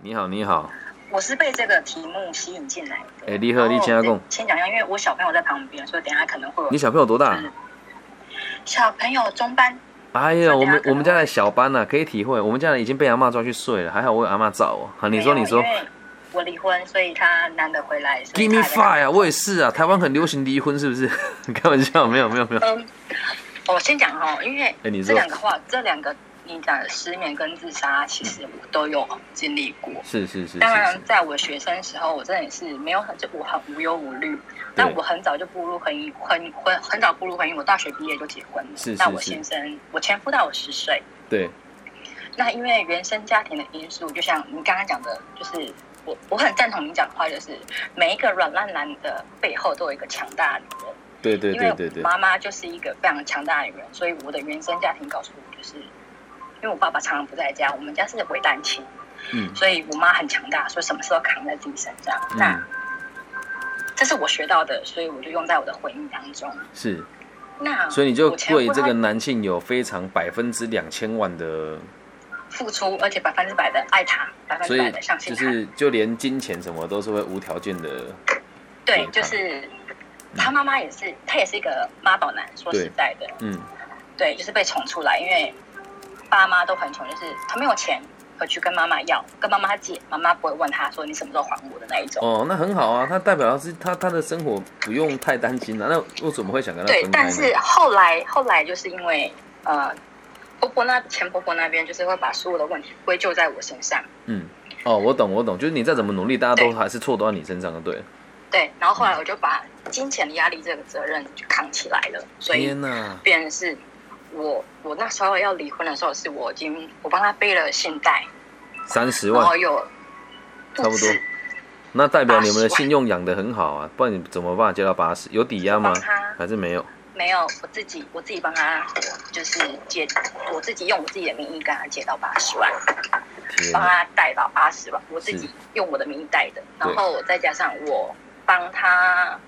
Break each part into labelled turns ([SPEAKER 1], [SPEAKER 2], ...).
[SPEAKER 1] 你好，你好，
[SPEAKER 2] 我是被这个题目吸引进来的。
[SPEAKER 1] 哎你好
[SPEAKER 2] 然后
[SPEAKER 1] 你请讲
[SPEAKER 2] 我先讲一下，因为我小朋友在旁边，所以等一下可能会有
[SPEAKER 1] 你小朋友多大？
[SPEAKER 2] 嗯小朋友中班。
[SPEAKER 1] 哎呀，我们
[SPEAKER 2] 所以等下可能
[SPEAKER 1] 我们家的小班呐、啊，可以体会，我们家人已经被阿嬷抓去睡了，还好我有阿嬷照我。啊好，你说
[SPEAKER 2] 没有
[SPEAKER 1] 你说
[SPEAKER 2] 因为我离婚，所以他难得回来。所以
[SPEAKER 1] ，Give me
[SPEAKER 2] 他在
[SPEAKER 1] five 啊，我也是啊，台 湾很流行离婚，是不 是？开玩笑，没有没有没有，
[SPEAKER 2] 嗯，我先讲哈，因为
[SPEAKER 1] 哎你说
[SPEAKER 2] 这两个话，这两个你讲的失眠跟自杀，其实我都有经历过。
[SPEAKER 1] 是是是是
[SPEAKER 2] 当然
[SPEAKER 1] 是，，
[SPEAKER 2] 在我学生时候，我真的是没有很就我很无忧无虑。但我很早就步入婚姻，婚婚很早步入婚姻，我大学毕业就结婚了。
[SPEAKER 1] 是是
[SPEAKER 2] 那我
[SPEAKER 1] 是
[SPEAKER 2] 先生，我前夫大我十岁。
[SPEAKER 1] 对，
[SPEAKER 2] 那因为原生家庭的因素，就像你刚刚讲的，就是我我很赞同你讲的话，就是每一个软烂男的背后都有一个强大的女人。
[SPEAKER 1] 对对对对
[SPEAKER 2] 因为
[SPEAKER 1] 对
[SPEAKER 2] 我，妈妈就是一个非常强大的女人，所以我的原生家庭告诉我，就是因为我爸爸常常不在家，我们家是伪单亲，
[SPEAKER 1] 嗯
[SPEAKER 2] 所以我妈很强大，所以什么事都扛在自己身上。那
[SPEAKER 1] 嗯，
[SPEAKER 2] 这是我学到的，所以我就用在我的婚姻当中。
[SPEAKER 1] 是，
[SPEAKER 2] 那
[SPEAKER 1] 所以你就
[SPEAKER 2] 我前
[SPEAKER 1] 对
[SPEAKER 2] 夫
[SPEAKER 1] 这
[SPEAKER 2] 他
[SPEAKER 1] 个男性有非常百分之两千万的，
[SPEAKER 2] 付出，而且百分之百的爱他，百分
[SPEAKER 1] 所
[SPEAKER 2] 之百
[SPEAKER 1] 以
[SPEAKER 2] 的相
[SPEAKER 1] 就
[SPEAKER 2] 信他。
[SPEAKER 1] 是就连金钱什么都是会无条件的，
[SPEAKER 2] 对，
[SPEAKER 1] 对
[SPEAKER 2] 就
[SPEAKER 1] 他
[SPEAKER 2] 是他妈妈也是，他也是一个妈宝男。说
[SPEAKER 1] 对
[SPEAKER 2] 实在的，
[SPEAKER 1] 嗯，
[SPEAKER 2] 对，就是被宠出来，因为爸妈都很穷，就是他没有钱，回去跟妈妈要，跟妈妈借，妈妈不会问他说你什么时候还我的那一种。
[SPEAKER 1] 哦，那很好啊，他代表他是他他的生活不用太担心了、那我怎么会想跟他
[SPEAKER 2] 对
[SPEAKER 1] 分，开
[SPEAKER 2] 但
[SPEAKER 1] 呢？
[SPEAKER 2] 是后来后来就是因为呃，婆婆那前婆婆那边就是会把所有的问题归咎在我身上，
[SPEAKER 1] 嗯，哦，我懂，我懂，就是你再怎么努力，大家都
[SPEAKER 2] 对
[SPEAKER 1] 还是错都在你身上的，对了。
[SPEAKER 2] 对，然后后来
[SPEAKER 1] 嗯
[SPEAKER 2] 我就把金钱的压力这个责任就扛起来了，所以
[SPEAKER 1] 天哪、
[SPEAKER 2] 变成是我我那时候要离婚的时候，是我已经我帮他背了信贷，
[SPEAKER 1] 三十
[SPEAKER 2] 然后
[SPEAKER 1] 万，
[SPEAKER 2] 又
[SPEAKER 1] 差不多那代表你们的
[SPEAKER 2] 80万
[SPEAKER 1] 信用养得很好啊，不然你怎么办接到八十？有抵押吗
[SPEAKER 2] 帮他？
[SPEAKER 1] 还是没有？
[SPEAKER 2] 没有，我自己我自己帮他，就是借，我自己用我自己的名义跟他借到八十万，
[SPEAKER 1] 天
[SPEAKER 2] 帮
[SPEAKER 1] 哪，
[SPEAKER 2] 他贷到八十万，我自
[SPEAKER 1] 是
[SPEAKER 2] 己用我的名义贷的，然
[SPEAKER 1] 对
[SPEAKER 2] 后我再加上我帮他，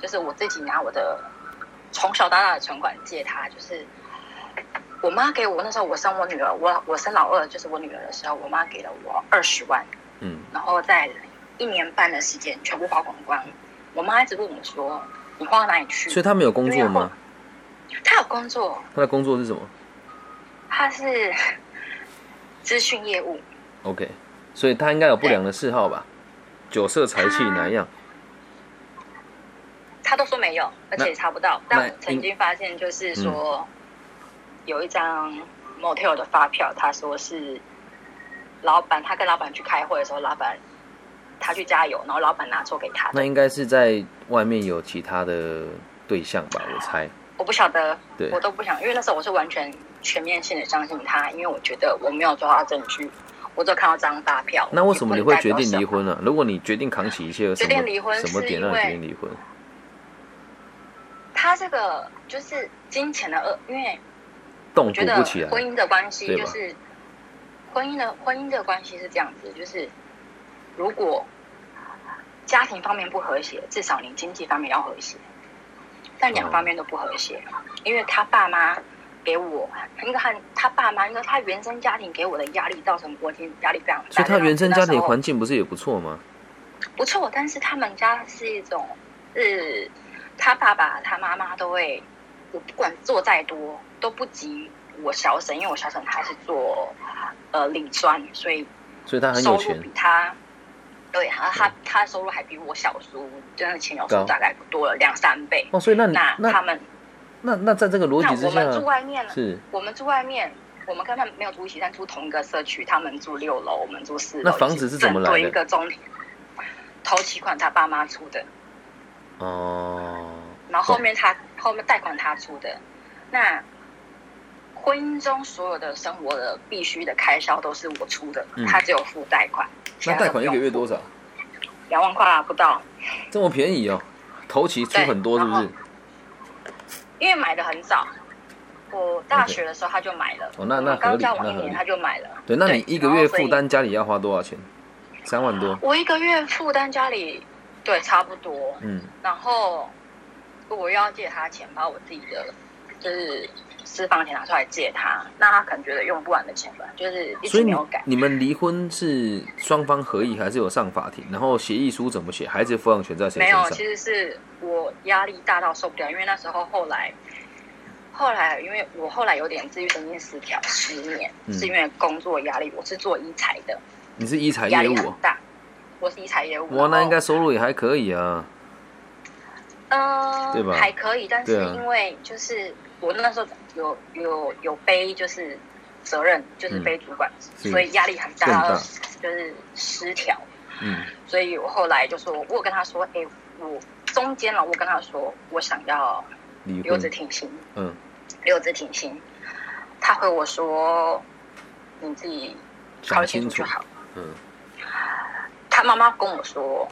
[SPEAKER 2] 就是我自己拿我的从小到大的存款借他，就是我妈给我那时候我生我女儿，我我生老二就是我女儿的时候，我妈给了我二十万，
[SPEAKER 1] 嗯，
[SPEAKER 2] 然后在一年半的时间全部花光光，我妈一直问我说你花到哪里去
[SPEAKER 1] 所以？他没有工作吗？
[SPEAKER 2] 她有工作。
[SPEAKER 1] 他的工作是什么
[SPEAKER 2] 他是资讯业务，
[SPEAKER 1] ？OK，所以他应该有不良的嗜好吧？酒色财气
[SPEAKER 2] 他
[SPEAKER 1] 哪样？
[SPEAKER 2] 他都说没有，而且也查不到。
[SPEAKER 1] 那嗯
[SPEAKER 2] 但我曾经发现，就是说、有一张 motel 的发票，他说是老板，他跟老板去开会的时候，老板他去加油，然后老板拿错给他的
[SPEAKER 1] 那应该是在外面有其他的对象吧？我猜。
[SPEAKER 2] 我不晓得
[SPEAKER 1] 对，
[SPEAKER 2] 我都不想，因为那时候我是完全全面性的相信他，因为我觉得我没有抓到证据，我只有看到张发票。
[SPEAKER 1] 那为什么你会决
[SPEAKER 2] 也不能代
[SPEAKER 1] 定
[SPEAKER 2] 表
[SPEAKER 1] 离
[SPEAKER 2] 什么？
[SPEAKER 1] 婚呢、如果你决定扛起一切，什
[SPEAKER 2] 决定离
[SPEAKER 1] 么
[SPEAKER 2] 婚
[SPEAKER 1] 什么点
[SPEAKER 2] 是因
[SPEAKER 1] 让你
[SPEAKER 2] 为
[SPEAKER 1] 决定离婚？
[SPEAKER 2] 他这个就是金钱的恶，因为
[SPEAKER 1] 动
[SPEAKER 2] 我
[SPEAKER 1] 骨
[SPEAKER 2] 觉得
[SPEAKER 1] 不起来。
[SPEAKER 2] 婚姻的关系
[SPEAKER 1] 对吧
[SPEAKER 2] 就是婚姻的婚姻的关系是这样子，就是如果家庭方面不和谐，至少你经济方面要和谐。但两
[SPEAKER 1] 哦
[SPEAKER 2] 方面都不和谐，因为他爸妈给我，应该他他爸妈，应该他原生家庭给我的压力，造成我经压力非常大。
[SPEAKER 1] 所以他原生家庭
[SPEAKER 2] 那时候
[SPEAKER 1] 环境不是也不错吗？
[SPEAKER 2] 不错，但是他们家是一种是，他爸爸他妈妈都会，我不管做再多都不及我小沈，因为我小沈他是做呃理专，所以
[SPEAKER 1] 所以他很
[SPEAKER 2] 收
[SPEAKER 1] 有
[SPEAKER 2] 入
[SPEAKER 1] 钱嗯
[SPEAKER 2] 比，他，对，他他他收入还比我小叔，真的钱有时候
[SPEAKER 1] 高
[SPEAKER 2] 大概多了两三倍。
[SPEAKER 1] 哦，所以那你
[SPEAKER 2] 那他
[SPEAKER 1] 那
[SPEAKER 2] 们
[SPEAKER 1] 那那在这个逻
[SPEAKER 2] 那
[SPEAKER 1] 辑之
[SPEAKER 2] 我们住
[SPEAKER 1] 下，
[SPEAKER 2] 外面，
[SPEAKER 1] 是
[SPEAKER 2] 我们住外面。我们跟他们没有住一起，但住同一个社区。他们住六楼，我们住四楼。
[SPEAKER 1] 那房子是怎么来的
[SPEAKER 2] 整堆一个中庭，头期款他爸妈出的。
[SPEAKER 1] 哦，
[SPEAKER 2] 然后后面他后面贷款他出的，那婚姻中所有的生活的必须的开销都是我出的，
[SPEAKER 1] 嗯
[SPEAKER 2] 他只有付贷款。
[SPEAKER 1] 那贷款一个月多
[SPEAKER 2] 少？
[SPEAKER 1] 少？
[SPEAKER 2] 两万块啊不到，
[SPEAKER 1] 这么便宜哦，头期出很多是不是
[SPEAKER 2] 对？因为买的很早。我大学的时候他就买了，
[SPEAKER 1] 哦那那
[SPEAKER 2] 我们
[SPEAKER 1] 合理
[SPEAKER 2] 刚交往
[SPEAKER 1] 那
[SPEAKER 2] 一
[SPEAKER 1] 合理
[SPEAKER 2] 年他就买了。
[SPEAKER 1] 对，那你一个月
[SPEAKER 2] 然后所以
[SPEAKER 1] 负担家里要花多少钱？三万多，
[SPEAKER 2] 我一个月负担家里对差不多，
[SPEAKER 1] 嗯，
[SPEAKER 2] 然后我要借他钱把我自己的就是私房钱拿出来借他，那他可能觉得用不完的钱吧，就是一
[SPEAKER 1] 所
[SPEAKER 2] 直
[SPEAKER 1] 以
[SPEAKER 2] 没
[SPEAKER 1] 你
[SPEAKER 2] 有改。
[SPEAKER 1] 你们离婚是双方合意，还是有上法庭？然后协议书怎么写？孩子的抚养权在谁
[SPEAKER 2] 没
[SPEAKER 1] 身
[SPEAKER 2] 有，
[SPEAKER 1] 上
[SPEAKER 2] 其？实是我压力大到受不了，因为那时候后来，后来因为我后来有点自律神经失调，失眠、
[SPEAKER 1] 嗯
[SPEAKER 2] 是因为工作压力，我是做医材的，
[SPEAKER 1] 你是一财
[SPEAKER 2] 压
[SPEAKER 1] 业
[SPEAKER 2] 力
[SPEAKER 1] 务
[SPEAKER 2] 很
[SPEAKER 1] 哦，
[SPEAKER 2] 大。我是医材业务，
[SPEAKER 1] 哇，那应该
[SPEAKER 2] 然后
[SPEAKER 1] 收入也还可以
[SPEAKER 2] 哦
[SPEAKER 1] 啊。
[SPEAKER 2] 呃
[SPEAKER 1] 对吧
[SPEAKER 2] 还可以，但是
[SPEAKER 1] 对啊
[SPEAKER 2] 因为就是我那时候有有有背就是责任，就是
[SPEAKER 1] 嗯
[SPEAKER 2] 背主管，
[SPEAKER 1] 是
[SPEAKER 2] 所以压力很大，
[SPEAKER 1] 更大
[SPEAKER 2] 就是失调。
[SPEAKER 1] 嗯
[SPEAKER 2] 所以我后来就说，我有跟他说，哎、我中间了，我跟他说，我想要
[SPEAKER 1] 离
[SPEAKER 2] 留职
[SPEAKER 1] 婚，
[SPEAKER 2] 停薪，
[SPEAKER 1] 嗯，
[SPEAKER 2] 留职停薪。他回我说，你自己考
[SPEAKER 1] 想
[SPEAKER 2] 虑清
[SPEAKER 1] 清
[SPEAKER 2] 楚就
[SPEAKER 1] 楚，
[SPEAKER 2] 好。
[SPEAKER 1] 嗯
[SPEAKER 2] 他妈妈跟我说，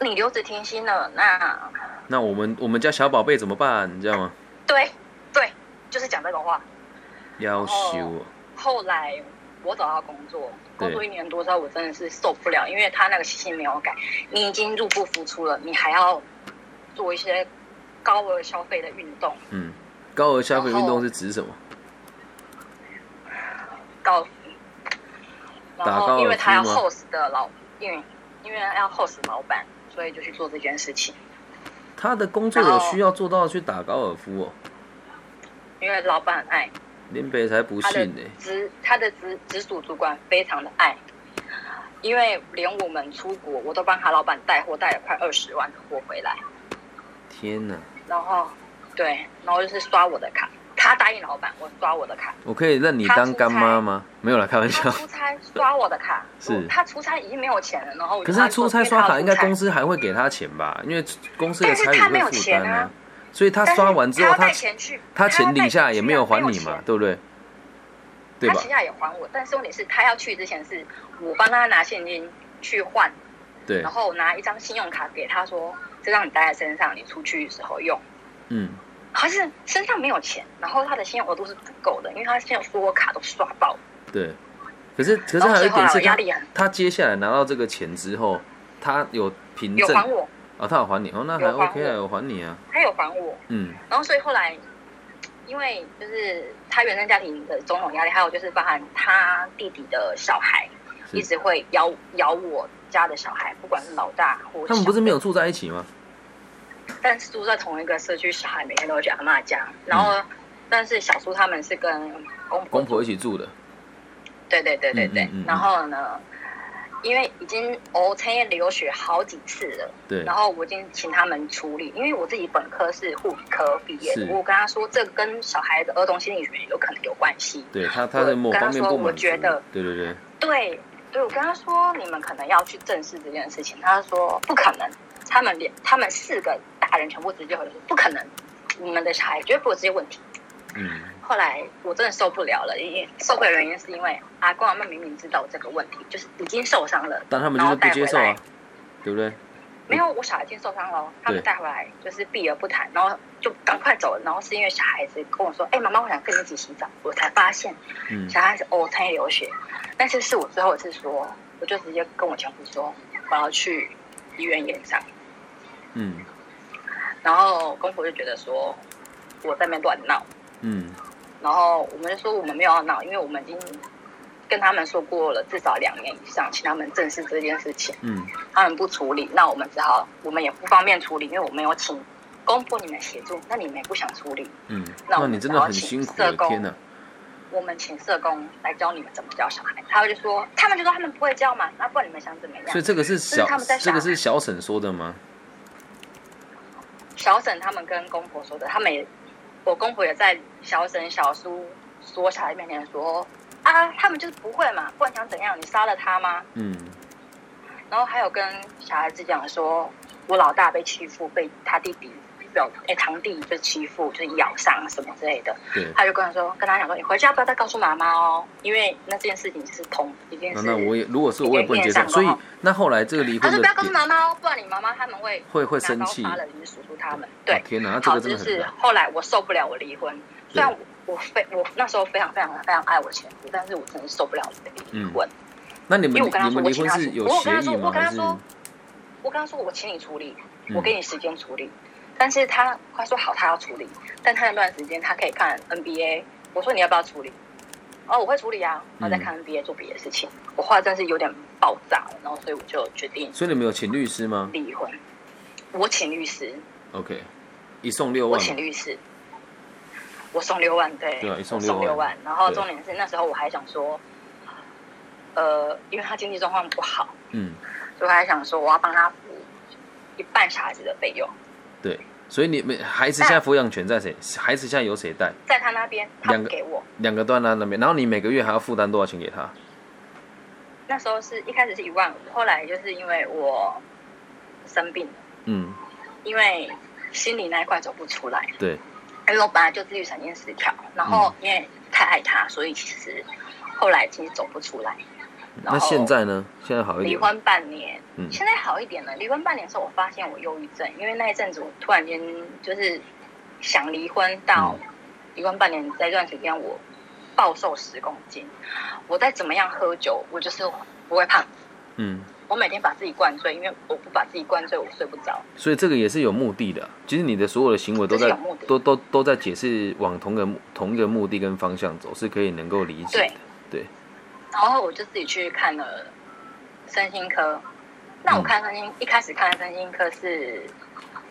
[SPEAKER 2] 你留职停薪了，那
[SPEAKER 1] 那我们我们家小宝贝怎么办？你知道吗？
[SPEAKER 2] 对对，就是讲这种话。
[SPEAKER 1] 要修哦，
[SPEAKER 2] 后来我找到工作，
[SPEAKER 1] 对
[SPEAKER 2] 工作一年多之后，我真的是受不了，因为他那个习性没有改，你已经入不敷出了，你还要做一些高额消费的运动，
[SPEAKER 1] 嗯，高额消费运
[SPEAKER 2] 然
[SPEAKER 1] 动
[SPEAKER 2] 后
[SPEAKER 1] 是指什么？
[SPEAKER 2] 高尔夫，
[SPEAKER 1] 打
[SPEAKER 2] 然
[SPEAKER 1] 高尔
[SPEAKER 2] 后
[SPEAKER 1] 夫
[SPEAKER 2] 因为他要
[SPEAKER 1] 吗
[SPEAKER 2] host 的老，因为因为要 host 老板，所以就去做这件事情，
[SPEAKER 1] 他的工作有需要做到去打高尔夫哦，
[SPEAKER 2] 因为老板很爱
[SPEAKER 1] 林北才不
[SPEAKER 2] 他的
[SPEAKER 1] 信呢、
[SPEAKER 2] 直他的直直属主管非常的爱，因为连我们出国，我都帮他老板带货，带了快二十万的货回来。
[SPEAKER 1] 天哪，
[SPEAKER 2] 然后对，然后就是刷我的卡，他答应老板我刷我的 卡，
[SPEAKER 1] 我可以认你当干妈吗？没有啦，开玩笑。
[SPEAKER 2] 他出差刷我的卡，
[SPEAKER 1] 啊是
[SPEAKER 2] 我他出差已经没有钱了，然后我
[SPEAKER 1] 可
[SPEAKER 2] 就是
[SPEAKER 1] 他出差刷卡，应该公
[SPEAKER 2] 司，
[SPEAKER 1] 司还会给他钱吧？因为公司的
[SPEAKER 2] 但是
[SPEAKER 1] 差旅
[SPEAKER 2] 他没
[SPEAKER 1] 会
[SPEAKER 2] 有
[SPEAKER 1] 负
[SPEAKER 2] 钱
[SPEAKER 1] 担
[SPEAKER 2] 啊
[SPEAKER 1] 啊。所以他
[SPEAKER 2] 但是
[SPEAKER 1] 刷完之后，
[SPEAKER 2] 他
[SPEAKER 1] 他
[SPEAKER 2] 要带钱去，
[SPEAKER 1] 他
[SPEAKER 2] 要
[SPEAKER 1] 钱
[SPEAKER 2] 带
[SPEAKER 1] 领下来
[SPEAKER 2] 去
[SPEAKER 1] 也
[SPEAKER 2] 啊
[SPEAKER 1] 没有还你嘛
[SPEAKER 2] 钱，
[SPEAKER 1] 对不对？对
[SPEAKER 2] 他
[SPEAKER 1] 吧？
[SPEAKER 2] 旗下也还我，但是问题是，他要去之前是我帮他拿现金去换，
[SPEAKER 1] 对
[SPEAKER 2] 然，后拿一张信用卡给他说，这让你带在身上，你出去的时候用。
[SPEAKER 1] 嗯，
[SPEAKER 2] 还是身上没有钱，然后他的信用额度是不够的，因为他信用所有卡都刷爆。
[SPEAKER 1] 对。可是可是
[SPEAKER 2] 然后
[SPEAKER 1] 还有一
[SPEAKER 2] 最后
[SPEAKER 1] 点
[SPEAKER 2] 来
[SPEAKER 1] 是
[SPEAKER 2] 我压
[SPEAKER 1] 他
[SPEAKER 2] 力很，
[SPEAKER 1] 他接下来拿到这个钱之后，他有凭
[SPEAKER 2] 有
[SPEAKER 1] 证
[SPEAKER 2] 还我，
[SPEAKER 1] 啊，他有还你哦，那还
[SPEAKER 2] 有还
[SPEAKER 1] OK 啊，
[SPEAKER 2] 我
[SPEAKER 1] 有还你啊，
[SPEAKER 2] 他有还我，
[SPEAKER 1] 嗯，
[SPEAKER 2] 然后所以后来，因为就是他原生家庭的种种压力，还有就是包含他弟弟的小孩一
[SPEAKER 1] 是。
[SPEAKER 2] 直会咬咬我家的小孩，不管是老大或
[SPEAKER 1] 他们不是没
[SPEAKER 2] 有，
[SPEAKER 1] 有住在一起吗？
[SPEAKER 2] 但是住在同一个社区，小孩每天都会去阿妈家，然后、但是小叔他们是跟公婆
[SPEAKER 1] 嗯公婆一起住的，
[SPEAKER 2] 对对对对
[SPEAKER 1] 嗯
[SPEAKER 2] 对，
[SPEAKER 1] 嗯嗯嗯
[SPEAKER 2] 然后呢，因为已经欧参与留学好几次了。
[SPEAKER 1] 对
[SPEAKER 2] 然，后我已经请他们处理，因为我自己本科是护理科毕业的，
[SPEAKER 1] 是
[SPEAKER 2] 我跟他说这跟小孩子儿童心理学有可能有关系。
[SPEAKER 1] 对他他的某
[SPEAKER 2] 我跟他
[SPEAKER 1] 方面
[SPEAKER 2] 说
[SPEAKER 1] 不
[SPEAKER 2] 我
[SPEAKER 1] 满足
[SPEAKER 2] 觉得，
[SPEAKER 1] 对对对，
[SPEAKER 2] 对，对我跟他说你们可能要去正视这件事情，他说不可能，他们连他们四个大人全部直接回答说不可能，你们的小孩绝对不会有这些问题。
[SPEAKER 1] 嗯，
[SPEAKER 2] 后来我真的受不了了，因为受不了的原因是因为阿公阿妈明明知道这个问题，就是已经受伤了，
[SPEAKER 1] 但他们就是不接受啊
[SPEAKER 2] 然后带回来，
[SPEAKER 1] 对不对？
[SPEAKER 2] 没有，我小孩已经受伤了，哦他们
[SPEAKER 1] 对
[SPEAKER 2] 带回来就是避而不谈，然后就赶快走了。然后是因为小孩子跟我说：“哎、妈妈，我想跟你一起洗澡。”我才发现
[SPEAKER 1] 嗯，
[SPEAKER 2] 小孩子哦参与留学，但是是我最后一次说，我就直接跟我前夫说我要去医院验伤，
[SPEAKER 1] 嗯
[SPEAKER 2] 然后公婆就觉得说我在那边乱闹，
[SPEAKER 1] 嗯，
[SPEAKER 2] 然后我们就说我们没有要闹，因为我们已经跟他们说过了至少两年以上，请他们正视这件事情。
[SPEAKER 1] 嗯，
[SPEAKER 2] 他们不处理，那我们只好，我们也不方便处理，因为我们有请公婆你们协助，那你们也不想处理，
[SPEAKER 1] 嗯，
[SPEAKER 2] 那
[SPEAKER 1] 那
[SPEAKER 2] 我
[SPEAKER 1] 你
[SPEAKER 2] 们
[SPEAKER 1] 真
[SPEAKER 2] 只
[SPEAKER 1] 的
[SPEAKER 2] 好
[SPEAKER 1] 很
[SPEAKER 2] 请
[SPEAKER 1] 辛苦
[SPEAKER 2] 社
[SPEAKER 1] 了，
[SPEAKER 2] 工
[SPEAKER 1] 天哪！
[SPEAKER 2] 我们请社工来教你们怎么教小孩。他就说，他们就说他们不会教嘛，那不然你们想怎么
[SPEAKER 1] 所以
[SPEAKER 2] 样？
[SPEAKER 1] 这个是
[SPEAKER 2] 是
[SPEAKER 1] 小
[SPEAKER 2] 他们在，
[SPEAKER 1] 这个
[SPEAKER 2] 想
[SPEAKER 1] 是小沈说的吗？
[SPEAKER 2] 小沈他们跟公婆说的，他们也，我公婆也在小沈、小叔说小孩面前说啊，他们就是不会嘛，不然想怎样？你杀了他吗？
[SPEAKER 1] 嗯，
[SPEAKER 2] 然后还有跟小孩子讲说，我老大被欺负，被他弟弟表哎堂弟就欺负，就是咬伤什么之类的。
[SPEAKER 1] 对。
[SPEAKER 2] 他就跟他说，跟他讲说，你回家不要再告诉妈妈哦，因为那这件事情是同一件
[SPEAKER 1] 那
[SPEAKER 2] 事。
[SPEAKER 1] 那我也，如果是
[SPEAKER 2] 你
[SPEAKER 1] 我也
[SPEAKER 2] 可以
[SPEAKER 1] 不能接
[SPEAKER 2] 念
[SPEAKER 1] 受，所
[SPEAKER 2] 上
[SPEAKER 1] 以
[SPEAKER 2] 然后
[SPEAKER 1] 那后来这个离
[SPEAKER 2] 他
[SPEAKER 1] 婚的
[SPEAKER 2] 说不要告诉
[SPEAKER 1] 点
[SPEAKER 2] 妈妈哦，不然你妈妈他们会
[SPEAKER 1] 会会
[SPEAKER 2] 拿
[SPEAKER 1] 生
[SPEAKER 2] 刀
[SPEAKER 1] 气
[SPEAKER 2] 杀，了你叔叔他们。对
[SPEAKER 1] 哇，天哪，那这
[SPEAKER 2] 好，
[SPEAKER 1] 个
[SPEAKER 2] 这
[SPEAKER 1] 真
[SPEAKER 2] 就
[SPEAKER 1] 的很
[SPEAKER 2] 是
[SPEAKER 1] 大，
[SPEAKER 2] 后来我受不了，我离婚。虽然我我非我那时候非常非常非常爱我前夫，但是我真的受不了我的离
[SPEAKER 1] 嗯
[SPEAKER 2] 婚。
[SPEAKER 1] 那你
[SPEAKER 2] 因
[SPEAKER 1] 们
[SPEAKER 2] 为我跟他
[SPEAKER 1] 你
[SPEAKER 2] 说
[SPEAKER 1] 们
[SPEAKER 2] 我
[SPEAKER 1] 离
[SPEAKER 2] 请
[SPEAKER 1] 婚
[SPEAKER 2] 他
[SPEAKER 1] 是
[SPEAKER 2] 吃
[SPEAKER 1] 有
[SPEAKER 2] 我
[SPEAKER 1] 协
[SPEAKER 2] 跟他
[SPEAKER 1] 议
[SPEAKER 2] 说我
[SPEAKER 1] 吗？嗯
[SPEAKER 2] 跟他
[SPEAKER 1] 还是
[SPEAKER 2] 说我跟他说我请你处理，我给你时间处理，但是他他说好，他要处理，但他那段时间他可以看 NBA。我说你要不要处理？哦，我会处理啊，然后
[SPEAKER 1] 嗯
[SPEAKER 2] 再看 NBA 做别的事情。我后来真是有点爆炸了，然后所以我就决定
[SPEAKER 1] 所以你们有请律师吗
[SPEAKER 2] 离婚。我请律师，
[SPEAKER 1] ？OK，一送六
[SPEAKER 2] 我
[SPEAKER 1] 万
[SPEAKER 2] 请律师，我送六万，对，
[SPEAKER 1] 对啊一送
[SPEAKER 2] 我
[SPEAKER 1] 六万
[SPEAKER 2] 送六万。然后
[SPEAKER 1] 对
[SPEAKER 2] 重点是那时候我还想说，呃，因为他经济状况不好，
[SPEAKER 1] 嗯，
[SPEAKER 2] 所以我还想说我要帮他付一半小孩子的费用，
[SPEAKER 1] 对。所以你们孩子现在抚养权在谁？孩子现在由谁带？
[SPEAKER 2] 在他那边他
[SPEAKER 1] 两
[SPEAKER 2] 不
[SPEAKER 1] 个
[SPEAKER 2] 给我。
[SPEAKER 1] 两个端在那边，然后你每个月还要负担多少钱给他？
[SPEAKER 2] 那时候是一开始是一万五，后来就是因为我生病了，
[SPEAKER 1] 嗯，
[SPEAKER 2] 因为心里那一块走不出来，
[SPEAKER 1] 对，
[SPEAKER 2] 因为我本来就自律神经失调，然后因为太爱他，所以其实后来其实走不出来。然
[SPEAKER 1] 那
[SPEAKER 2] 后
[SPEAKER 1] 现在呢？现在好一
[SPEAKER 2] 离
[SPEAKER 1] 点。
[SPEAKER 2] 婚半年，
[SPEAKER 1] 嗯
[SPEAKER 2] 现在好一点了。离婚半年的时候，我发现我忧郁症，因为那一阵子我突然间就是想离婚，到离婚半年这段时间，我暴瘦十公斤。我再怎么样喝酒，我就是不会胖。
[SPEAKER 1] 嗯，
[SPEAKER 2] 我每天把自己灌醉，因为我不把自己灌醉，我睡不着。
[SPEAKER 1] 所以这个也是有目的的啊。其实你的所有的行为都
[SPEAKER 2] 这
[SPEAKER 1] 在
[SPEAKER 2] 是有目的
[SPEAKER 1] 都都都在解释往同个目同一个目的跟方向走，是可以能够理解的。对，
[SPEAKER 2] 然后我就自己去看了身心科。
[SPEAKER 1] 嗯
[SPEAKER 2] 那我看身心，一开始看身心科是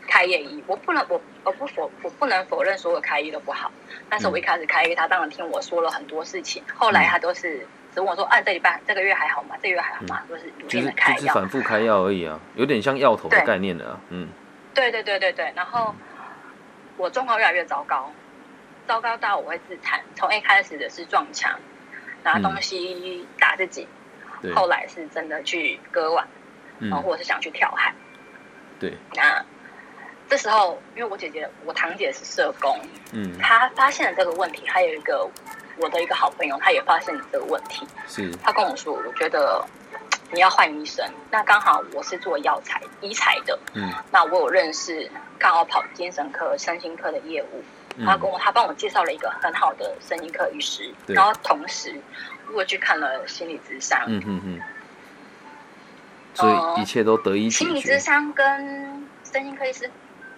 [SPEAKER 2] 开业医，我不能，我我不否，我不能否认所有开业都不好。但
[SPEAKER 1] 嗯
[SPEAKER 2] 是我一开始开业，他当然听我说了很多事情，后来他都是只问我说：“啊，这礼拜这个月还好吗？这个月还好吗？”都是逐
[SPEAKER 1] 嗯就
[SPEAKER 2] 渐
[SPEAKER 1] 是
[SPEAKER 2] 的开
[SPEAKER 1] 就是
[SPEAKER 2] 药。
[SPEAKER 1] 反复开药而已啊，有点像药头的
[SPEAKER 2] 对
[SPEAKER 1] 概念的啊。嗯
[SPEAKER 2] 对对对对对，然后我状况越来越糟糕，糟糕到我会自残。从一开始的是撞墙，拿东西打自己，
[SPEAKER 1] 嗯对，
[SPEAKER 2] 后来哦是真的去割腕，
[SPEAKER 1] 嗯
[SPEAKER 2] 然后或者是想去跳海。
[SPEAKER 1] 对，
[SPEAKER 2] 那这时候，因为我姐姐，我堂姐是社工，
[SPEAKER 1] 嗯
[SPEAKER 2] 她发现了这个问题，还有一个我的一个好朋友，她也发现了这个问题，
[SPEAKER 1] 是
[SPEAKER 2] 她跟我说，我觉得。你要换医生，那刚好我是做药材医材的，
[SPEAKER 1] 嗯
[SPEAKER 2] 那我有认识，刚好跑精神科、身心科的业务，他跟
[SPEAKER 1] 嗯
[SPEAKER 2] 我他帮我介绍了一个很好的身心科医师，
[SPEAKER 1] 对
[SPEAKER 2] 然后同时我去看了心理咨商，
[SPEAKER 1] 嗯嗯嗯，所以一切都得以解
[SPEAKER 2] 哦心理
[SPEAKER 1] 决
[SPEAKER 2] 咨。商跟身心科医师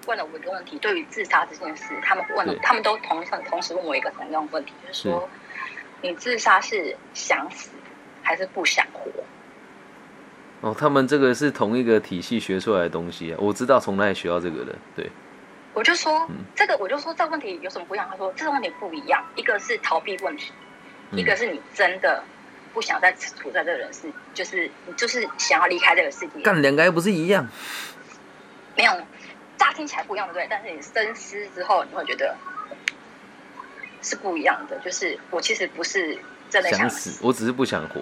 [SPEAKER 2] 问了我一个问题，对于自杀这件事，他们问了
[SPEAKER 1] 对，
[SPEAKER 2] 他们都同同时问我一个同样的问题，就是说你自杀是想死还是不想活？
[SPEAKER 1] 哦，他们这个是同一个体系学出来的东西啊，我知道从哪里学到这个的。对，
[SPEAKER 2] 我就说、
[SPEAKER 1] 嗯
[SPEAKER 2] 这个，我就说这个问题有什么不一样？他说这个问题不一样，一个是逃避问题，
[SPEAKER 1] 嗯
[SPEAKER 2] 一个是你真的不想再处在这个人世，就是你就是想要离开这个世界，
[SPEAKER 1] 嗯干两个还不是一样？
[SPEAKER 2] 没有乍听起来不一样的对，但是你深思之后，你会觉得是不一样的。就是我其实不是真的
[SPEAKER 1] 想
[SPEAKER 2] 想
[SPEAKER 1] 死，，我只是不想活，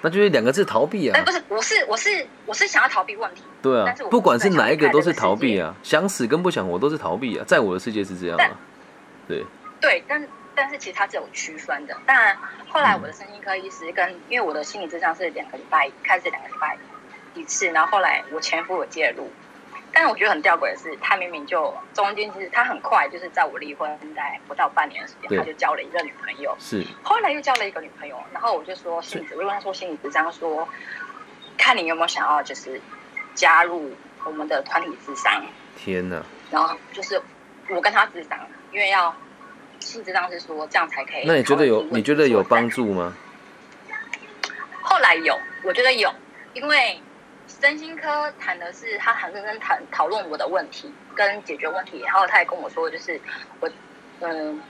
[SPEAKER 1] 那就是两个字逃避
[SPEAKER 2] 哎、
[SPEAKER 1] 啊
[SPEAKER 2] 不。是，我是我是我是想要逃避问题，
[SPEAKER 1] 对啊
[SPEAKER 2] 但是，我
[SPEAKER 1] 不管是
[SPEAKER 2] 不想
[SPEAKER 1] 哪一个
[SPEAKER 2] 离开
[SPEAKER 1] 都
[SPEAKER 2] 这个
[SPEAKER 1] 是逃避
[SPEAKER 2] 世界
[SPEAKER 1] 啊，想死跟不想活都是逃避啊，在我的世界是这样啊。对，
[SPEAKER 2] 对，但但是其实它是有区分的。当然，后来我的身心科医师跟因为我的心理咨商是两个礼拜开始两个礼拜一次，然后后来我前夫有介入，但是我觉得很吊诡的是，他明明就中间其实他很快就是在我离婚在不到半年的时
[SPEAKER 1] 对
[SPEAKER 2] 间，他就交了一个女朋友，
[SPEAKER 1] 是，
[SPEAKER 2] 后来又交了一个女朋友，然后我就说心理咨，我就跟他说心理咨商说，看你有没有想要就是加入我们的团体智商，
[SPEAKER 1] 天哪，
[SPEAKER 2] 然后就是我跟他智商，因为要性智商是说这样才可以。
[SPEAKER 1] 那你觉得有你觉得有帮
[SPEAKER 2] 助？
[SPEAKER 1] 助吗？
[SPEAKER 2] 后来有，我觉得有，因为身心科谈的是他很认真谈讨论我的问题跟解决问题，然后他也跟我说，就是我嗯。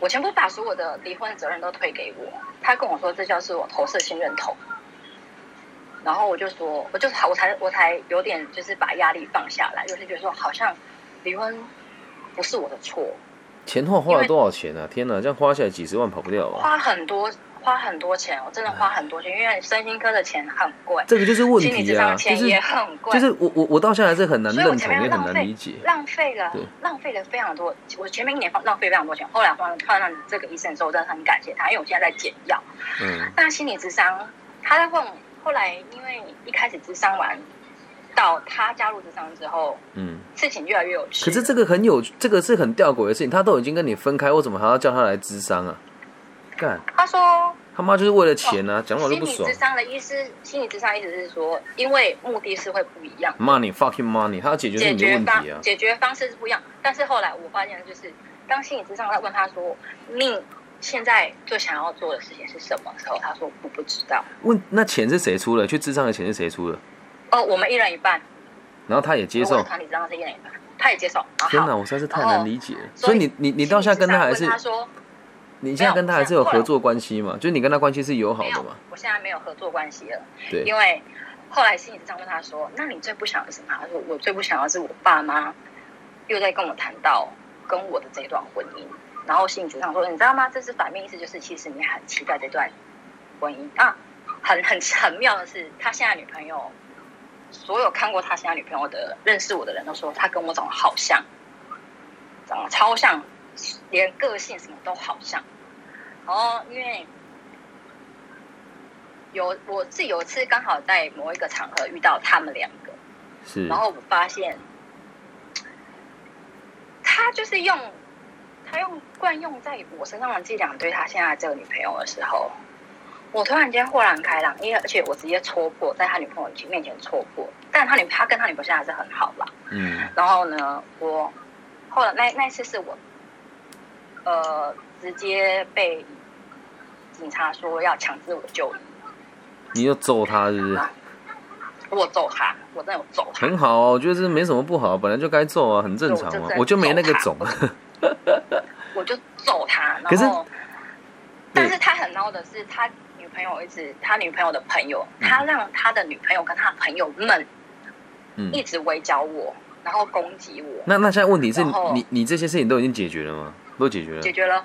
[SPEAKER 2] 我全部把所有的离婚责任都推给我，他跟我说这叫是我投射性认同，然后我就说，我就我才我才有点就是把压力放下来，就是觉得说好像离婚不是我的错，
[SPEAKER 1] 钱花花了多少钱啊？天哪，这样花下来几十万跑不掉啊！
[SPEAKER 2] 花很多花很多钱，我真的花很多钱，因为身心科的钱很贵，
[SPEAKER 1] 这个就是问
[SPEAKER 2] 心理
[SPEAKER 1] 题
[SPEAKER 2] 智商
[SPEAKER 1] 啊，
[SPEAKER 2] 的
[SPEAKER 1] 就
[SPEAKER 2] 钱
[SPEAKER 1] 是
[SPEAKER 2] 也很贵，
[SPEAKER 1] 就是我我我到现在是很难
[SPEAKER 2] 所以我
[SPEAKER 1] 认
[SPEAKER 2] 前
[SPEAKER 1] 同，也
[SPEAKER 2] 面
[SPEAKER 1] 很
[SPEAKER 2] 浪
[SPEAKER 1] 难
[SPEAKER 2] 费
[SPEAKER 1] 理解。
[SPEAKER 2] 浪费了
[SPEAKER 1] 对
[SPEAKER 2] 浪费了非常多，我前面一年放浪费非常多钱，后来换换到这个医生的时候，我真的很感谢他，因为我现在在减药。
[SPEAKER 1] 嗯
[SPEAKER 2] 那心理智商，他在问我，后来因为一开始智商完，到他加入智商之后，
[SPEAKER 1] 嗯。
[SPEAKER 2] 事情越来越有趣。
[SPEAKER 1] 可是这个很有，这个是很吊诡的事情。他都已经跟你分开，为什么还要叫他来智商啊？干，
[SPEAKER 2] 他说
[SPEAKER 1] 他妈就是为了钱啊，讲我就
[SPEAKER 2] 心
[SPEAKER 1] 不
[SPEAKER 2] 理
[SPEAKER 1] 爽
[SPEAKER 2] 哦智，商的意思，心理智商意思是说，因为目的是会不一样，
[SPEAKER 1] 骂你 fucking money，他要解决是
[SPEAKER 2] 解
[SPEAKER 1] 你的
[SPEAKER 2] 决
[SPEAKER 1] 问
[SPEAKER 2] 方
[SPEAKER 1] 题啊，
[SPEAKER 2] 解决方式是不一样。但是后来我发现，就是当心理智商在问他说：“你现在最想要做的事情是什么？”的时候，他说：“我不知道。
[SPEAKER 1] 问那钱是谁出的？去智障的钱是谁出的？”
[SPEAKER 2] 哦，我们一人一半，
[SPEAKER 1] 然后他也接
[SPEAKER 2] 我的
[SPEAKER 1] 受，
[SPEAKER 2] 团体智商是一人一半，他也接受。然后
[SPEAKER 1] 天
[SPEAKER 2] 好
[SPEAKER 1] 哪，我实在是太
[SPEAKER 2] 然后
[SPEAKER 1] 难理解了。
[SPEAKER 2] 所
[SPEAKER 1] 所
[SPEAKER 2] 以
[SPEAKER 1] 以你你你到现在跟他还是
[SPEAKER 2] 心理智商问他说
[SPEAKER 1] 你现在跟他还是有合作关系嘛？就是你跟他关系是友好
[SPEAKER 2] 没
[SPEAKER 1] 的
[SPEAKER 2] 有
[SPEAKER 1] 嘛？，
[SPEAKER 2] 我现在没有合作关系了，
[SPEAKER 1] 对
[SPEAKER 2] 因，为后来心理智商问他说：“那你最不想要什么？”他说：“我最不想要是我爸妈又在跟我谈到跟我的这段婚姻。”然后心理智商说：“你知道吗？这是反面意思，就是其实你很期待这段婚姻啊。很”很很妙的是，他现在女朋友，所有看过他现在女朋友的、认识我的人都说，他跟我长得好像，长得超像，连个性什么都好像。然后因为有我自己有一次刚好在某一个场合遇到他们两个，
[SPEAKER 1] 是
[SPEAKER 2] 然后我发现他就是用他用惯用在我身上的伎俩对他现在这个女朋友的时候，我突然间豁然开朗，因为而且我直接戳破在他女朋友面前戳破，但他女他跟他女朋友现在还是很好啦，
[SPEAKER 1] 嗯
[SPEAKER 2] 然后呢，我后来那那一次是我，呃，直接被警察说要强制我就医，
[SPEAKER 1] 你就揍他是不是？
[SPEAKER 2] 我揍他，我真的有揍他。
[SPEAKER 1] 很好啊，我觉得这没什么不好，本来就该揍啊，很正常
[SPEAKER 2] 对我
[SPEAKER 1] 嘛
[SPEAKER 2] 就。在
[SPEAKER 1] 我就没那个
[SPEAKER 2] 揍
[SPEAKER 1] 种， 啊
[SPEAKER 2] 我就揍他。
[SPEAKER 1] 可
[SPEAKER 2] 然
[SPEAKER 1] 是
[SPEAKER 2] 后，但是他很孬的是，他女朋友一直，他女朋友的朋友，
[SPEAKER 1] 嗯
[SPEAKER 2] 他让他的女朋友跟他朋友们
[SPEAKER 1] 嗯。
[SPEAKER 2] 一直围剿我，然后攻击我，
[SPEAKER 1] 那那现在问题是
[SPEAKER 2] 然后
[SPEAKER 1] 你你这些事情都已经解决了吗？都解决了
[SPEAKER 2] 解。决了。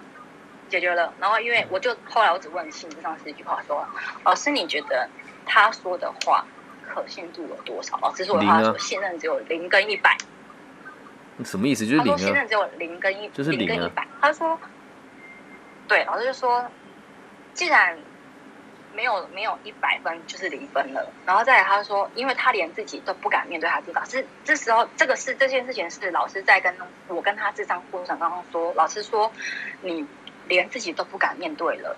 [SPEAKER 2] 解决了，然后因为我就后来我只问信智上是一句话说，老师你觉得他说的话可信度有多少？哦老师说的话
[SPEAKER 1] 零啊
[SPEAKER 2] 说信任只有零跟一百，
[SPEAKER 1] 什么意思？就是
[SPEAKER 2] 他
[SPEAKER 1] 零
[SPEAKER 2] 说信
[SPEAKER 1] 啊，
[SPEAKER 2] 任只有零跟一，
[SPEAKER 1] 就是
[SPEAKER 2] 零
[SPEAKER 1] 零啊
[SPEAKER 2] 跟一百。他说，对，老师就说，既然没有没有一百分，就是零分了。然后再来，他说，因为他连自己都不敢面对他自己，老师这时候这个事这件事情是老师在跟我跟他智商过程当中说，老师说你连自己都不敢面对了，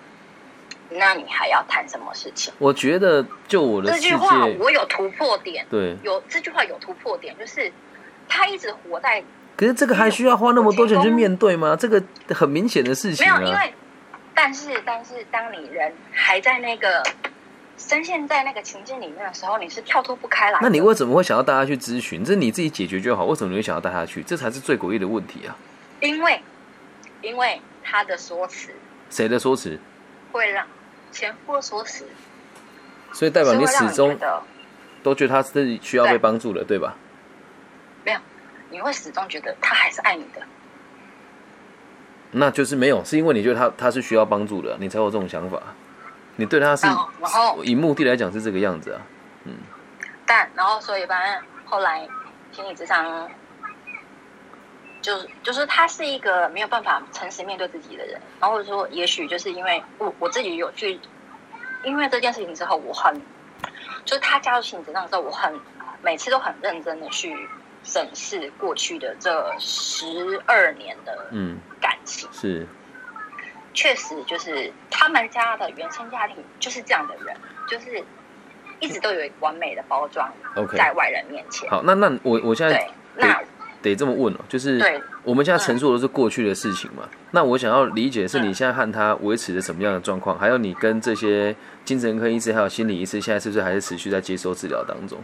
[SPEAKER 2] 那你还要谈什么事情？
[SPEAKER 1] 我觉得就我的
[SPEAKER 2] 这
[SPEAKER 1] 世
[SPEAKER 2] 句话
[SPEAKER 1] 界，
[SPEAKER 2] 我有突破点，
[SPEAKER 1] 对。
[SPEAKER 2] 有这句话有突破点，就是他一直活在
[SPEAKER 1] 可是这个还需要花那么多钱去面对吗？这个很明显的事情
[SPEAKER 2] 没有，因
[SPEAKER 1] 啊。
[SPEAKER 2] 为但是但是，当你人还在那个深陷在那个情境里面的时候，你是跳脱不开来的。
[SPEAKER 1] 那你为什么会想要大家去咨询？这你自己解决就好。为什么你会想要带他去？这才是最诡异的问题啊！
[SPEAKER 2] 因为因为他的说辞
[SPEAKER 1] 谁的说辞？
[SPEAKER 2] 会让前夫的说辞
[SPEAKER 1] 所以代表
[SPEAKER 2] 是会
[SPEAKER 1] 你
[SPEAKER 2] 让
[SPEAKER 1] 始终
[SPEAKER 2] 觉得
[SPEAKER 1] 都觉得他是需要被
[SPEAKER 2] 对
[SPEAKER 1] 帮助的，对吧？
[SPEAKER 2] 没有，你会始终觉得他还是爱你的。
[SPEAKER 1] 那就是没有，是因为你觉得他他是需要帮助的，你才有这种想法。你对他是
[SPEAKER 2] 然后然后
[SPEAKER 1] 以目的来讲是这个样子啊。
[SPEAKER 2] 但然后所以反正后来心理智商。就是就是他是一个没有办法诚实面对自己的人，然后说也许就是因为我我自己有去，因为这件事情之后，我很就是他加入心理智商之后，我很每次都很认真的去审视过去的这十二年的
[SPEAKER 1] 嗯，
[SPEAKER 2] 感情，
[SPEAKER 1] 是。
[SPEAKER 2] 确实就是他们家的原生家庭就是这样的人，就是一直都有一个完美的包装
[SPEAKER 1] OK
[SPEAKER 2] 在外人面前。
[SPEAKER 1] 好，那那我我现在
[SPEAKER 2] 对，那
[SPEAKER 1] 得这么问哦，就是
[SPEAKER 2] 对
[SPEAKER 1] 我们现在陈述的是过去的事情嘛？那我想要理解的
[SPEAKER 2] 嗯
[SPEAKER 1] 是你现在和他维持着什么样的状况，还有你跟这些精神科医师还有心理医师现在是不是还是持续在接受治疗当中？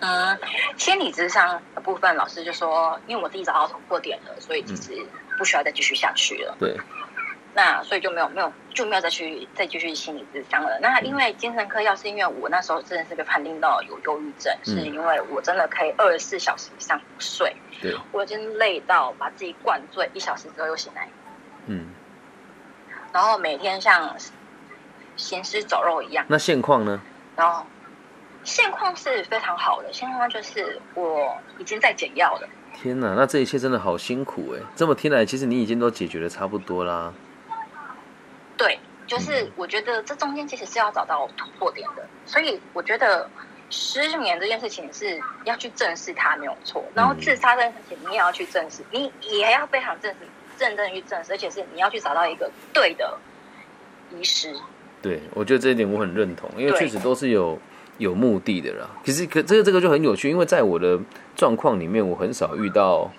[SPEAKER 2] 嗯，心理智商的部分，老师就说，因为我自己找到突破点了，所
[SPEAKER 1] 嗯
[SPEAKER 2] 以其实不需要再继续下去了。
[SPEAKER 1] 对，
[SPEAKER 2] 那所以就没有没有就没有再去再继续心理智商了。那
[SPEAKER 1] 嗯
[SPEAKER 2] 因为精神科药是因为我那时候真的是被判定到有忧郁症，
[SPEAKER 1] 嗯
[SPEAKER 2] 是因为我真的可以二十四小时以上不睡，
[SPEAKER 1] 对，
[SPEAKER 2] 我已经累到把自己灌醉，一小时之后又醒来。
[SPEAKER 1] 嗯，
[SPEAKER 2] 然后每天像行尸走肉一样。
[SPEAKER 1] 那现况呢？
[SPEAKER 2] 然后现况是非常好的，现况就是我已经在减药了。
[SPEAKER 1] 天哪，那这一切真的好辛苦哎！这么听来，其实你已经都解决的差不多啦。
[SPEAKER 2] 对，就是我觉得这中间其实是要找到突破点的，所以我觉得失眠这件事情是要去正视它没有错，然后自杀这件事情你也要去正视，你也要非常正视、认真地去正视，而且是你要去找到一个对的医师，
[SPEAKER 1] 对，我觉得这一点我很认同，因为
[SPEAKER 2] 对
[SPEAKER 1] 确实都是有有目的的啦。可是可这个这个就很有趣，因为在我的状况里面，我很少遇到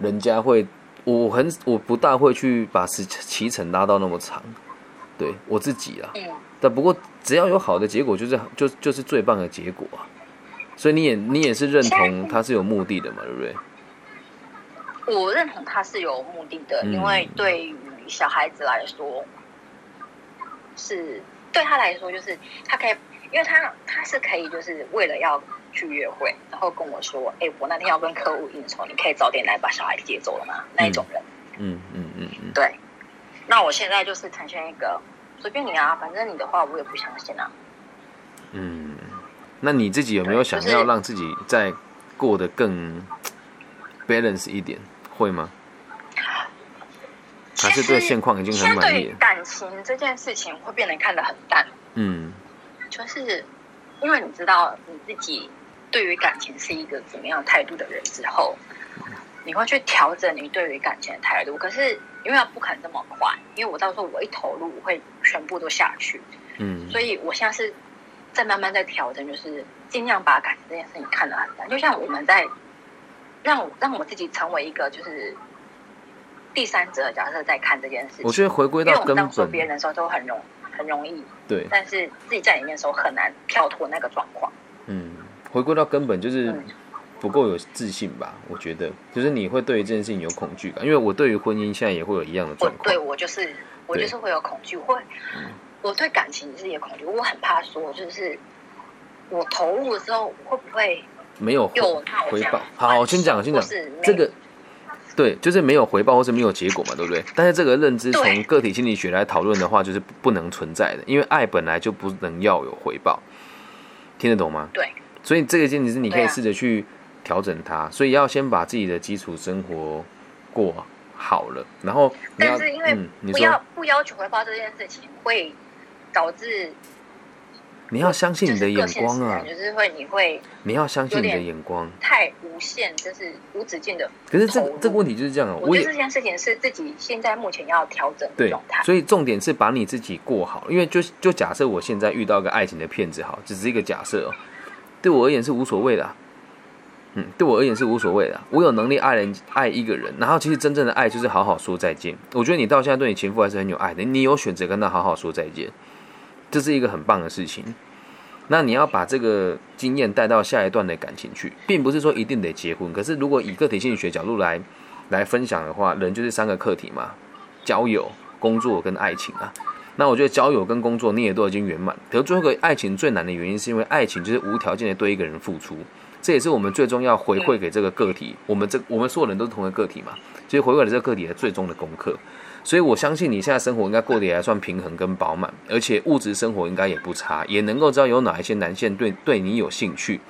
[SPEAKER 1] 人家会，我很我不大会去把时骑程拉到那么长，对我自己啊。
[SPEAKER 2] 嗯，
[SPEAKER 1] 但不过只要有好的结果，就是就就是最棒的结果啊。所以你也你也是认同他是有啊目的的嘛，对不对？
[SPEAKER 2] 我认同他是有目的的，
[SPEAKER 1] 嗯
[SPEAKER 2] 因为对于小孩子来说，是对他来说就是他可以，因为他他是可以就是为了要去约会，然后跟我说，哎，我那天要跟客户应酬，你可以早点来把小孩接走了吗？那一种人，
[SPEAKER 1] 嗯嗯嗯嗯，
[SPEAKER 2] 对。那我现在就是呈现一个随便你啊，反正你的话我也不相信啊。
[SPEAKER 1] 嗯，那你自己有没有想
[SPEAKER 2] 对就是
[SPEAKER 1] 要让自己再过得更 balance 一点？会吗？还是对
[SPEAKER 2] 其实
[SPEAKER 1] 现况已经很
[SPEAKER 2] 现在
[SPEAKER 1] 满
[SPEAKER 2] 对
[SPEAKER 1] 意
[SPEAKER 2] 于
[SPEAKER 1] 了？
[SPEAKER 2] 感情这件事情会变得看得很淡，
[SPEAKER 1] 嗯
[SPEAKER 2] 就是因为你知道你自己对于感情是一个怎么样态度的人之后，
[SPEAKER 1] 嗯
[SPEAKER 2] 你会去调整你对于感情的态度。可是因为不可能这么快，因为我到时候我一投入，我会全部都下去，
[SPEAKER 1] 嗯
[SPEAKER 2] 所以我现在是在慢慢在调整，就是尽量把感情这件事情看得很淡。就像我们在让我让我自己成为一个就是第三者的角色在看这件事情。
[SPEAKER 1] 我觉得回归
[SPEAKER 2] 因为
[SPEAKER 1] 到
[SPEAKER 2] 我
[SPEAKER 1] 根
[SPEAKER 2] 们当说别
[SPEAKER 1] 本，
[SPEAKER 2] 人的时候都很容很容易，
[SPEAKER 1] 对，
[SPEAKER 2] 但是自己在里面的时候很难跳脱那个状况。
[SPEAKER 1] 嗯，回归到根本就是
[SPEAKER 2] 嗯
[SPEAKER 1] 不够有自信吧？我觉得，就是你会对于这件事情有恐惧感，因为我对于婚姻现在也会有一样的
[SPEAKER 2] 我
[SPEAKER 1] 状
[SPEAKER 2] 对
[SPEAKER 1] 况。嗯
[SPEAKER 2] 我就是我就是会有恐惧，会、我对感情也是有恐惧，我很怕说就是我投入之后会不会
[SPEAKER 1] 没有回
[SPEAKER 2] 有那我
[SPEAKER 1] 回
[SPEAKER 2] 这样
[SPEAKER 1] 报。好，先讲，先讲
[SPEAKER 2] 或是没有
[SPEAKER 1] 这个，对，就是没有回报或是没有结果嘛，对不对？但是这个认知
[SPEAKER 2] 对
[SPEAKER 1] 从个体心理学来讨论的话，就是不不能存在的，因为爱本来就不能要有回报，听得懂吗？
[SPEAKER 2] 对
[SPEAKER 1] 所以这个前提是你可
[SPEAKER 2] 对
[SPEAKER 1] 以
[SPEAKER 2] 啊
[SPEAKER 1] 试着去调整它，所以要先把自己的基础生活过好了，然后你要
[SPEAKER 2] 但是因为
[SPEAKER 1] 嗯，你
[SPEAKER 2] 不要、
[SPEAKER 1] 说
[SPEAKER 2] 不要求回报这件事情会导致
[SPEAKER 1] 你要相信你的眼光啊
[SPEAKER 2] 就，是个性使然就是会你会
[SPEAKER 1] 你要相信你
[SPEAKER 2] 有
[SPEAKER 1] 的
[SPEAKER 2] 点
[SPEAKER 1] 眼光。
[SPEAKER 2] 太无限，就是无止境的。
[SPEAKER 1] 可是这个
[SPEAKER 2] 投入
[SPEAKER 1] 这个问题就是这样啊，
[SPEAKER 2] 我
[SPEAKER 1] 哦
[SPEAKER 2] 觉得
[SPEAKER 1] 也
[SPEAKER 2] 这件事情是自己现在目前要调整的
[SPEAKER 1] 对
[SPEAKER 2] 状态，。
[SPEAKER 1] 所以重点是把你自己过好，因为就就假设我现在遇到一个爱情的骗子，好，只是一个假设哦，对我而言是无所谓的啊、嗯，对我而言是无所谓的啊、我有能力爱人爱一个人，然后其实真正的爱就是好好说再见。我觉得你到现在对你前夫还是很有爱的，你有选择跟他好好说再见，这是一个很棒的事情。那你要把这个经验带到下一段的感情去，并不是说一定得结婚。可是如果以个体心理学角度来来分享的话，人就是三个课题嘛，交友、工作跟爱情啊。那我觉得交友跟工作你也都已经圆满，可是最后一个爱情最难的原因是因为爱情就是无条件的对一个人付出，这也是我们最终要回馈给这个个体，我们这我们所有人都是同一个个体嘛，所以回馈了这个个体的最终的功课。所以我相信你现在生活应该过得也还算平衡跟饱满，而且物质生活应该也不差，也能够知道有哪一些男性对对你有兴趣，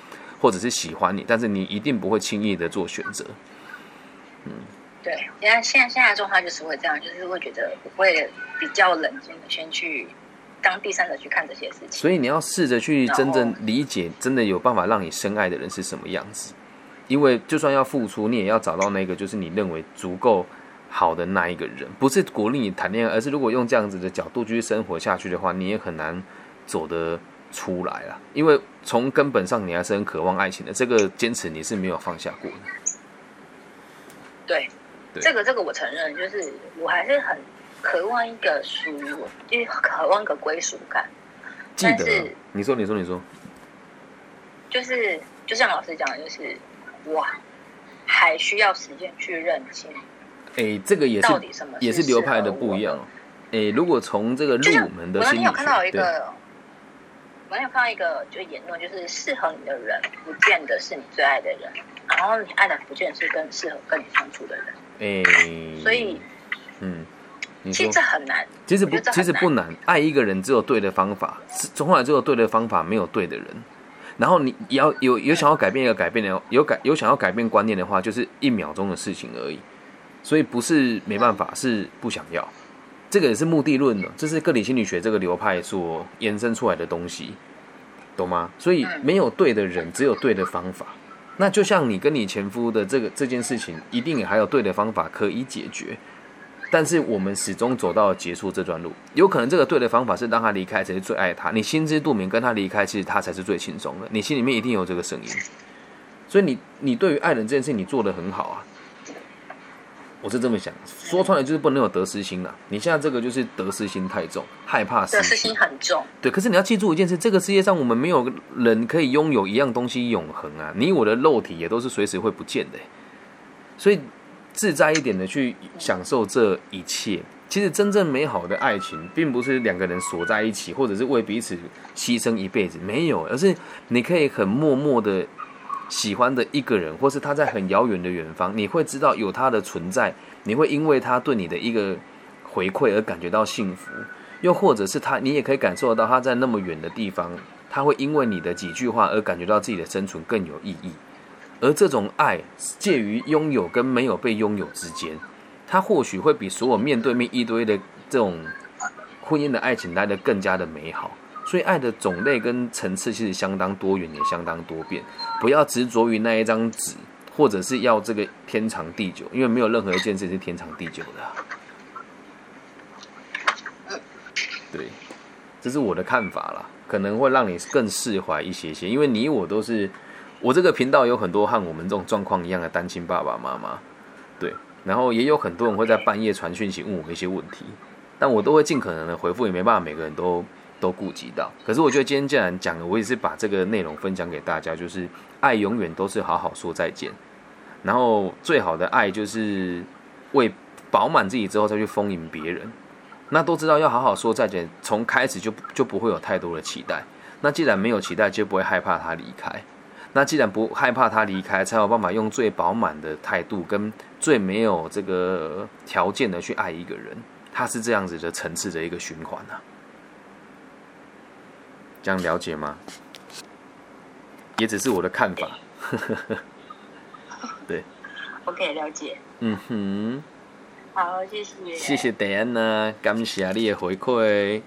[SPEAKER 1] 或者是喜欢你，但是你一定不会轻易的做选择。
[SPEAKER 2] 对，现在现在现在的状态就是会这样，就是会觉得我会比较冷静的先去当第三者去看这些事情。
[SPEAKER 1] 所以你要试着去真正
[SPEAKER 2] 然后
[SPEAKER 1] 理解，真的有办法让你深爱的人是什么样子。因为就算要付出，你也要找到那个就是你认为足够好的那一个人，不是鼓励你谈恋爱，而是如果用这样子的角度去生活下去的话，你也很难走得出来啦。因为从根本上你还是很渴望爱情的，这个坚持你是没有放下过的。
[SPEAKER 2] 对，
[SPEAKER 1] 对
[SPEAKER 2] 这个这个我承认，就是我还是很渴望一个属于我，就是渴望一个归属感。
[SPEAKER 1] 记
[SPEAKER 2] 但
[SPEAKER 1] 得啊
[SPEAKER 2] 是，
[SPEAKER 1] 你说，你说，你说，
[SPEAKER 2] 就是就像老师讲的，就是我还需要时间去认清
[SPEAKER 1] 诶，这个也是
[SPEAKER 2] 到底什么
[SPEAKER 1] 也是
[SPEAKER 2] 适合
[SPEAKER 1] 流派的不一样哦。诶，如果从这个
[SPEAKER 2] 就像
[SPEAKER 1] 入门的
[SPEAKER 2] 我那
[SPEAKER 1] 心理学
[SPEAKER 2] 天有，看到一
[SPEAKER 1] 对
[SPEAKER 2] 个，我那天有看到一个就是言论，就是适合你的人不见得是你最爱的人，然后你爱的不见得是更适合跟你相处的人，
[SPEAKER 1] 诶，
[SPEAKER 2] 所以
[SPEAKER 1] 嗯，你
[SPEAKER 2] 其
[SPEAKER 1] 说
[SPEAKER 2] 实这，很难。
[SPEAKER 1] 其实
[SPEAKER 2] 我
[SPEAKER 1] 不
[SPEAKER 2] 觉得，这
[SPEAKER 1] 其
[SPEAKER 2] 很
[SPEAKER 1] 实不难。爱一个人只有对的方法，是从来只有对的方法，没有对的人。然后你也要有有想要改变一个改变的，有改有想要改变观念的话，就是一秒钟的事情而已。所以不是没办法，是不想要。这个也是目的论的，这是个体心理学这个流派所延伸出来的东西，懂吗？所以
[SPEAKER 2] 嗯
[SPEAKER 1] 没有对的人，只有对的方法。那就像你跟你前夫的这个这件事情，一定也还有对的方法可以解决。但是我们始终走到结束这段路，有可能这个对的方法是让他离开才是最爱他。你心知肚明，跟他离开，其实他才是最轻松的。你心里面一定有这个声音，所以你你对于爱人这件事，你做的很好啊。我是这么想，说穿了就是不能有得失心啦。你现在这个就是得失心太重，害怕失
[SPEAKER 2] 得
[SPEAKER 1] 去
[SPEAKER 2] 失心很重，
[SPEAKER 1] 对，可是你要记住一件事，这个世界上我们没有人可以拥有一样东西永恒啊！你我的肉体也都是随时会不见的欸，所以自在一点的去享受这一切。其实真正美好的爱情，并不是两个人锁在一起，或者是为彼此牺牲一辈子，没有，而是你可以很默默的喜欢的一个人，或是他在很遥远的远方，你会知道有他的存在，你会因为他对你的一个回馈而感觉到幸福。又或者是他，你也可以感受到他在那么远的地方，他会因为你的几句话而感觉到自己的生存更有意义。而这种爱介于拥有跟没有被拥有之间，它或许会比所有面对面一对一的这种婚姻的爱情来的更加的美好。所以，爱的种类跟层次其实相当多元，也相当多变。不要执着于那一张纸，或者是要这个天长地久，因为没有任何一件事是天长地久的啊、对，这是我的看法啦，可能会让你更释怀一些些，因为你我都是，我这个频道有很多和我们这种状况一样的单亲爸爸妈妈，对，然后也有很多人会在半夜传讯息问我一些问题，但我都会尽可能的回复，也没办法每个人都都顾及到。可是我觉得今天既然讲了，我也是把这个内容分享给大家，就是爱永远都是好好说再见，然后最好的爱就是为饱满自己之后再去丰盈别人。那都知道要好好说再见，从开始就不就不会有太多的期待。那既然没有期待，就不会害怕他离开。那既然不害怕他离开，才有办法用最饱满的态度跟最没有这个条件的去爱一个人。他是这样子的层次的一个循环啊，这样了解吗？也只是我的看法。
[SPEAKER 2] 我可以了解。
[SPEAKER 1] 嗯哼，
[SPEAKER 2] 好，谢谢，
[SPEAKER 1] 谢谢 Diana，感谢你的回馈。